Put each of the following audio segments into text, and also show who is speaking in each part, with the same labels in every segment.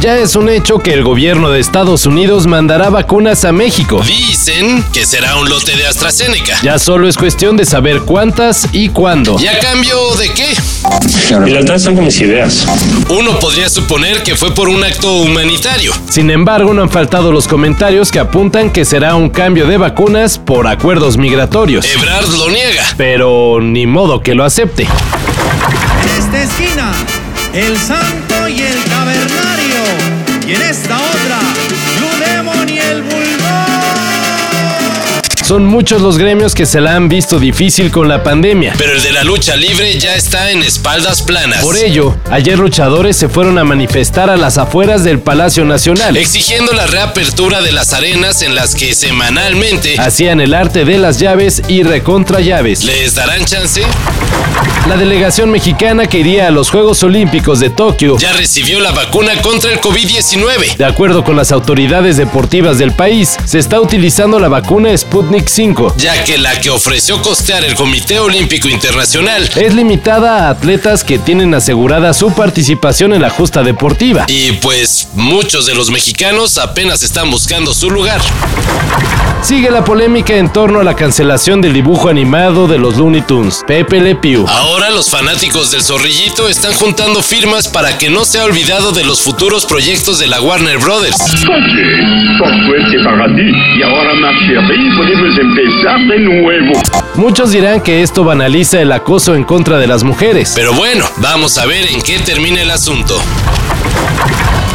Speaker 1: Ya es un hecho que el gobierno de Estados Unidos mandará vacunas a México.
Speaker 2: Dicen que será un lote de AstraZeneca.
Speaker 1: Ya solo es cuestión de saber cuántas y cuándo.
Speaker 2: ¿Y a cambio de qué?
Speaker 3: Y las otras son con mis ideas.
Speaker 2: Uno podría suponer que fue por un acto humanitario.
Speaker 1: Sin embargo, no han faltado los comentarios que apuntan que será un cambio de vacunas por acuerdos migratorios.
Speaker 2: Ebrard lo niega.
Speaker 1: Pero ni modo que lo acepte.
Speaker 4: Esta esquina, el santo y el cavernario. Y en esta otra, Ludemon y el vulgar.
Speaker 1: Son muchos los gremios que se la han visto difícil con la pandemia.
Speaker 2: Pero el de la lucha libre ya está en espaldas planas.
Speaker 1: Por ello, ayer luchadores se fueron a manifestar a las afueras del Palacio Nacional.
Speaker 2: Exigiendo la reapertura de las arenas en las que semanalmente
Speaker 1: Hacían el arte de las llaves y recontra llaves.
Speaker 2: les darán chance.
Speaker 1: La delegación mexicana que iría a los Juegos Olímpicos de Tokio,
Speaker 2: Ya recibió la vacuna contra el COVID-19.
Speaker 1: de acuerdo con las autoridades deportivas del país, se está utilizando la vacuna Sputnik 5.
Speaker 2: Ya que la que ofreció costear el Comité Olímpico Internacional
Speaker 1: Es limitada a atletas que tienen asegurada su participación en la justa deportiva.
Speaker 2: Y pues muchos de los mexicanos apenas están buscando su lugar.
Speaker 1: Sigue la polémica en torno a la cancelación del dibujo animado de los Looney Tunes, Pepe Le Pew.
Speaker 2: Ahora los fanáticos del zorrillito están juntando firmas para que no sea olvidado de los futuros proyectos de la Warner Brothers.
Speaker 5: Oye, todo este paradis y ahora más chérie, podemos empezar de nuevo.
Speaker 1: Muchos dirán que esto banaliza el acoso en contra de las mujeres.
Speaker 2: Pero bueno, vamos a ver en qué termina el asunto.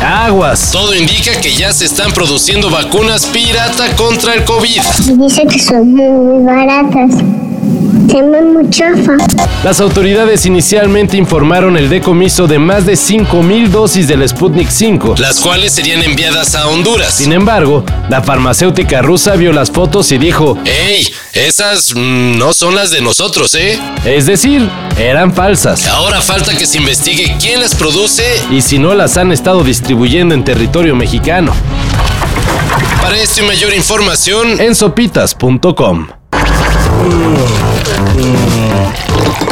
Speaker 1: Aguas.
Speaker 2: Todo indica que ya se están produciendo vacunas pirata contra el COVID.
Speaker 6: Y dice que son muy baratas. Se llaman muchafa.
Speaker 1: Las autoridades inicialmente informaron el decomiso de más de 5.000 dosis del Sputnik 5.
Speaker 2: Las cuales serían enviadas a Honduras.
Speaker 1: Sin embargo, la farmacéutica rusa vio las fotos y dijo,
Speaker 2: ¡Ey! Esas mm, no son las de nosotros, ¿eh?
Speaker 1: es decir, eran falsas.
Speaker 2: Ahora falta que se investigue quién las produce
Speaker 1: Y si no las han estado distribuyendo en territorio mexicano,
Speaker 2: Para esto y mayor información,
Speaker 1: en sopitas.com.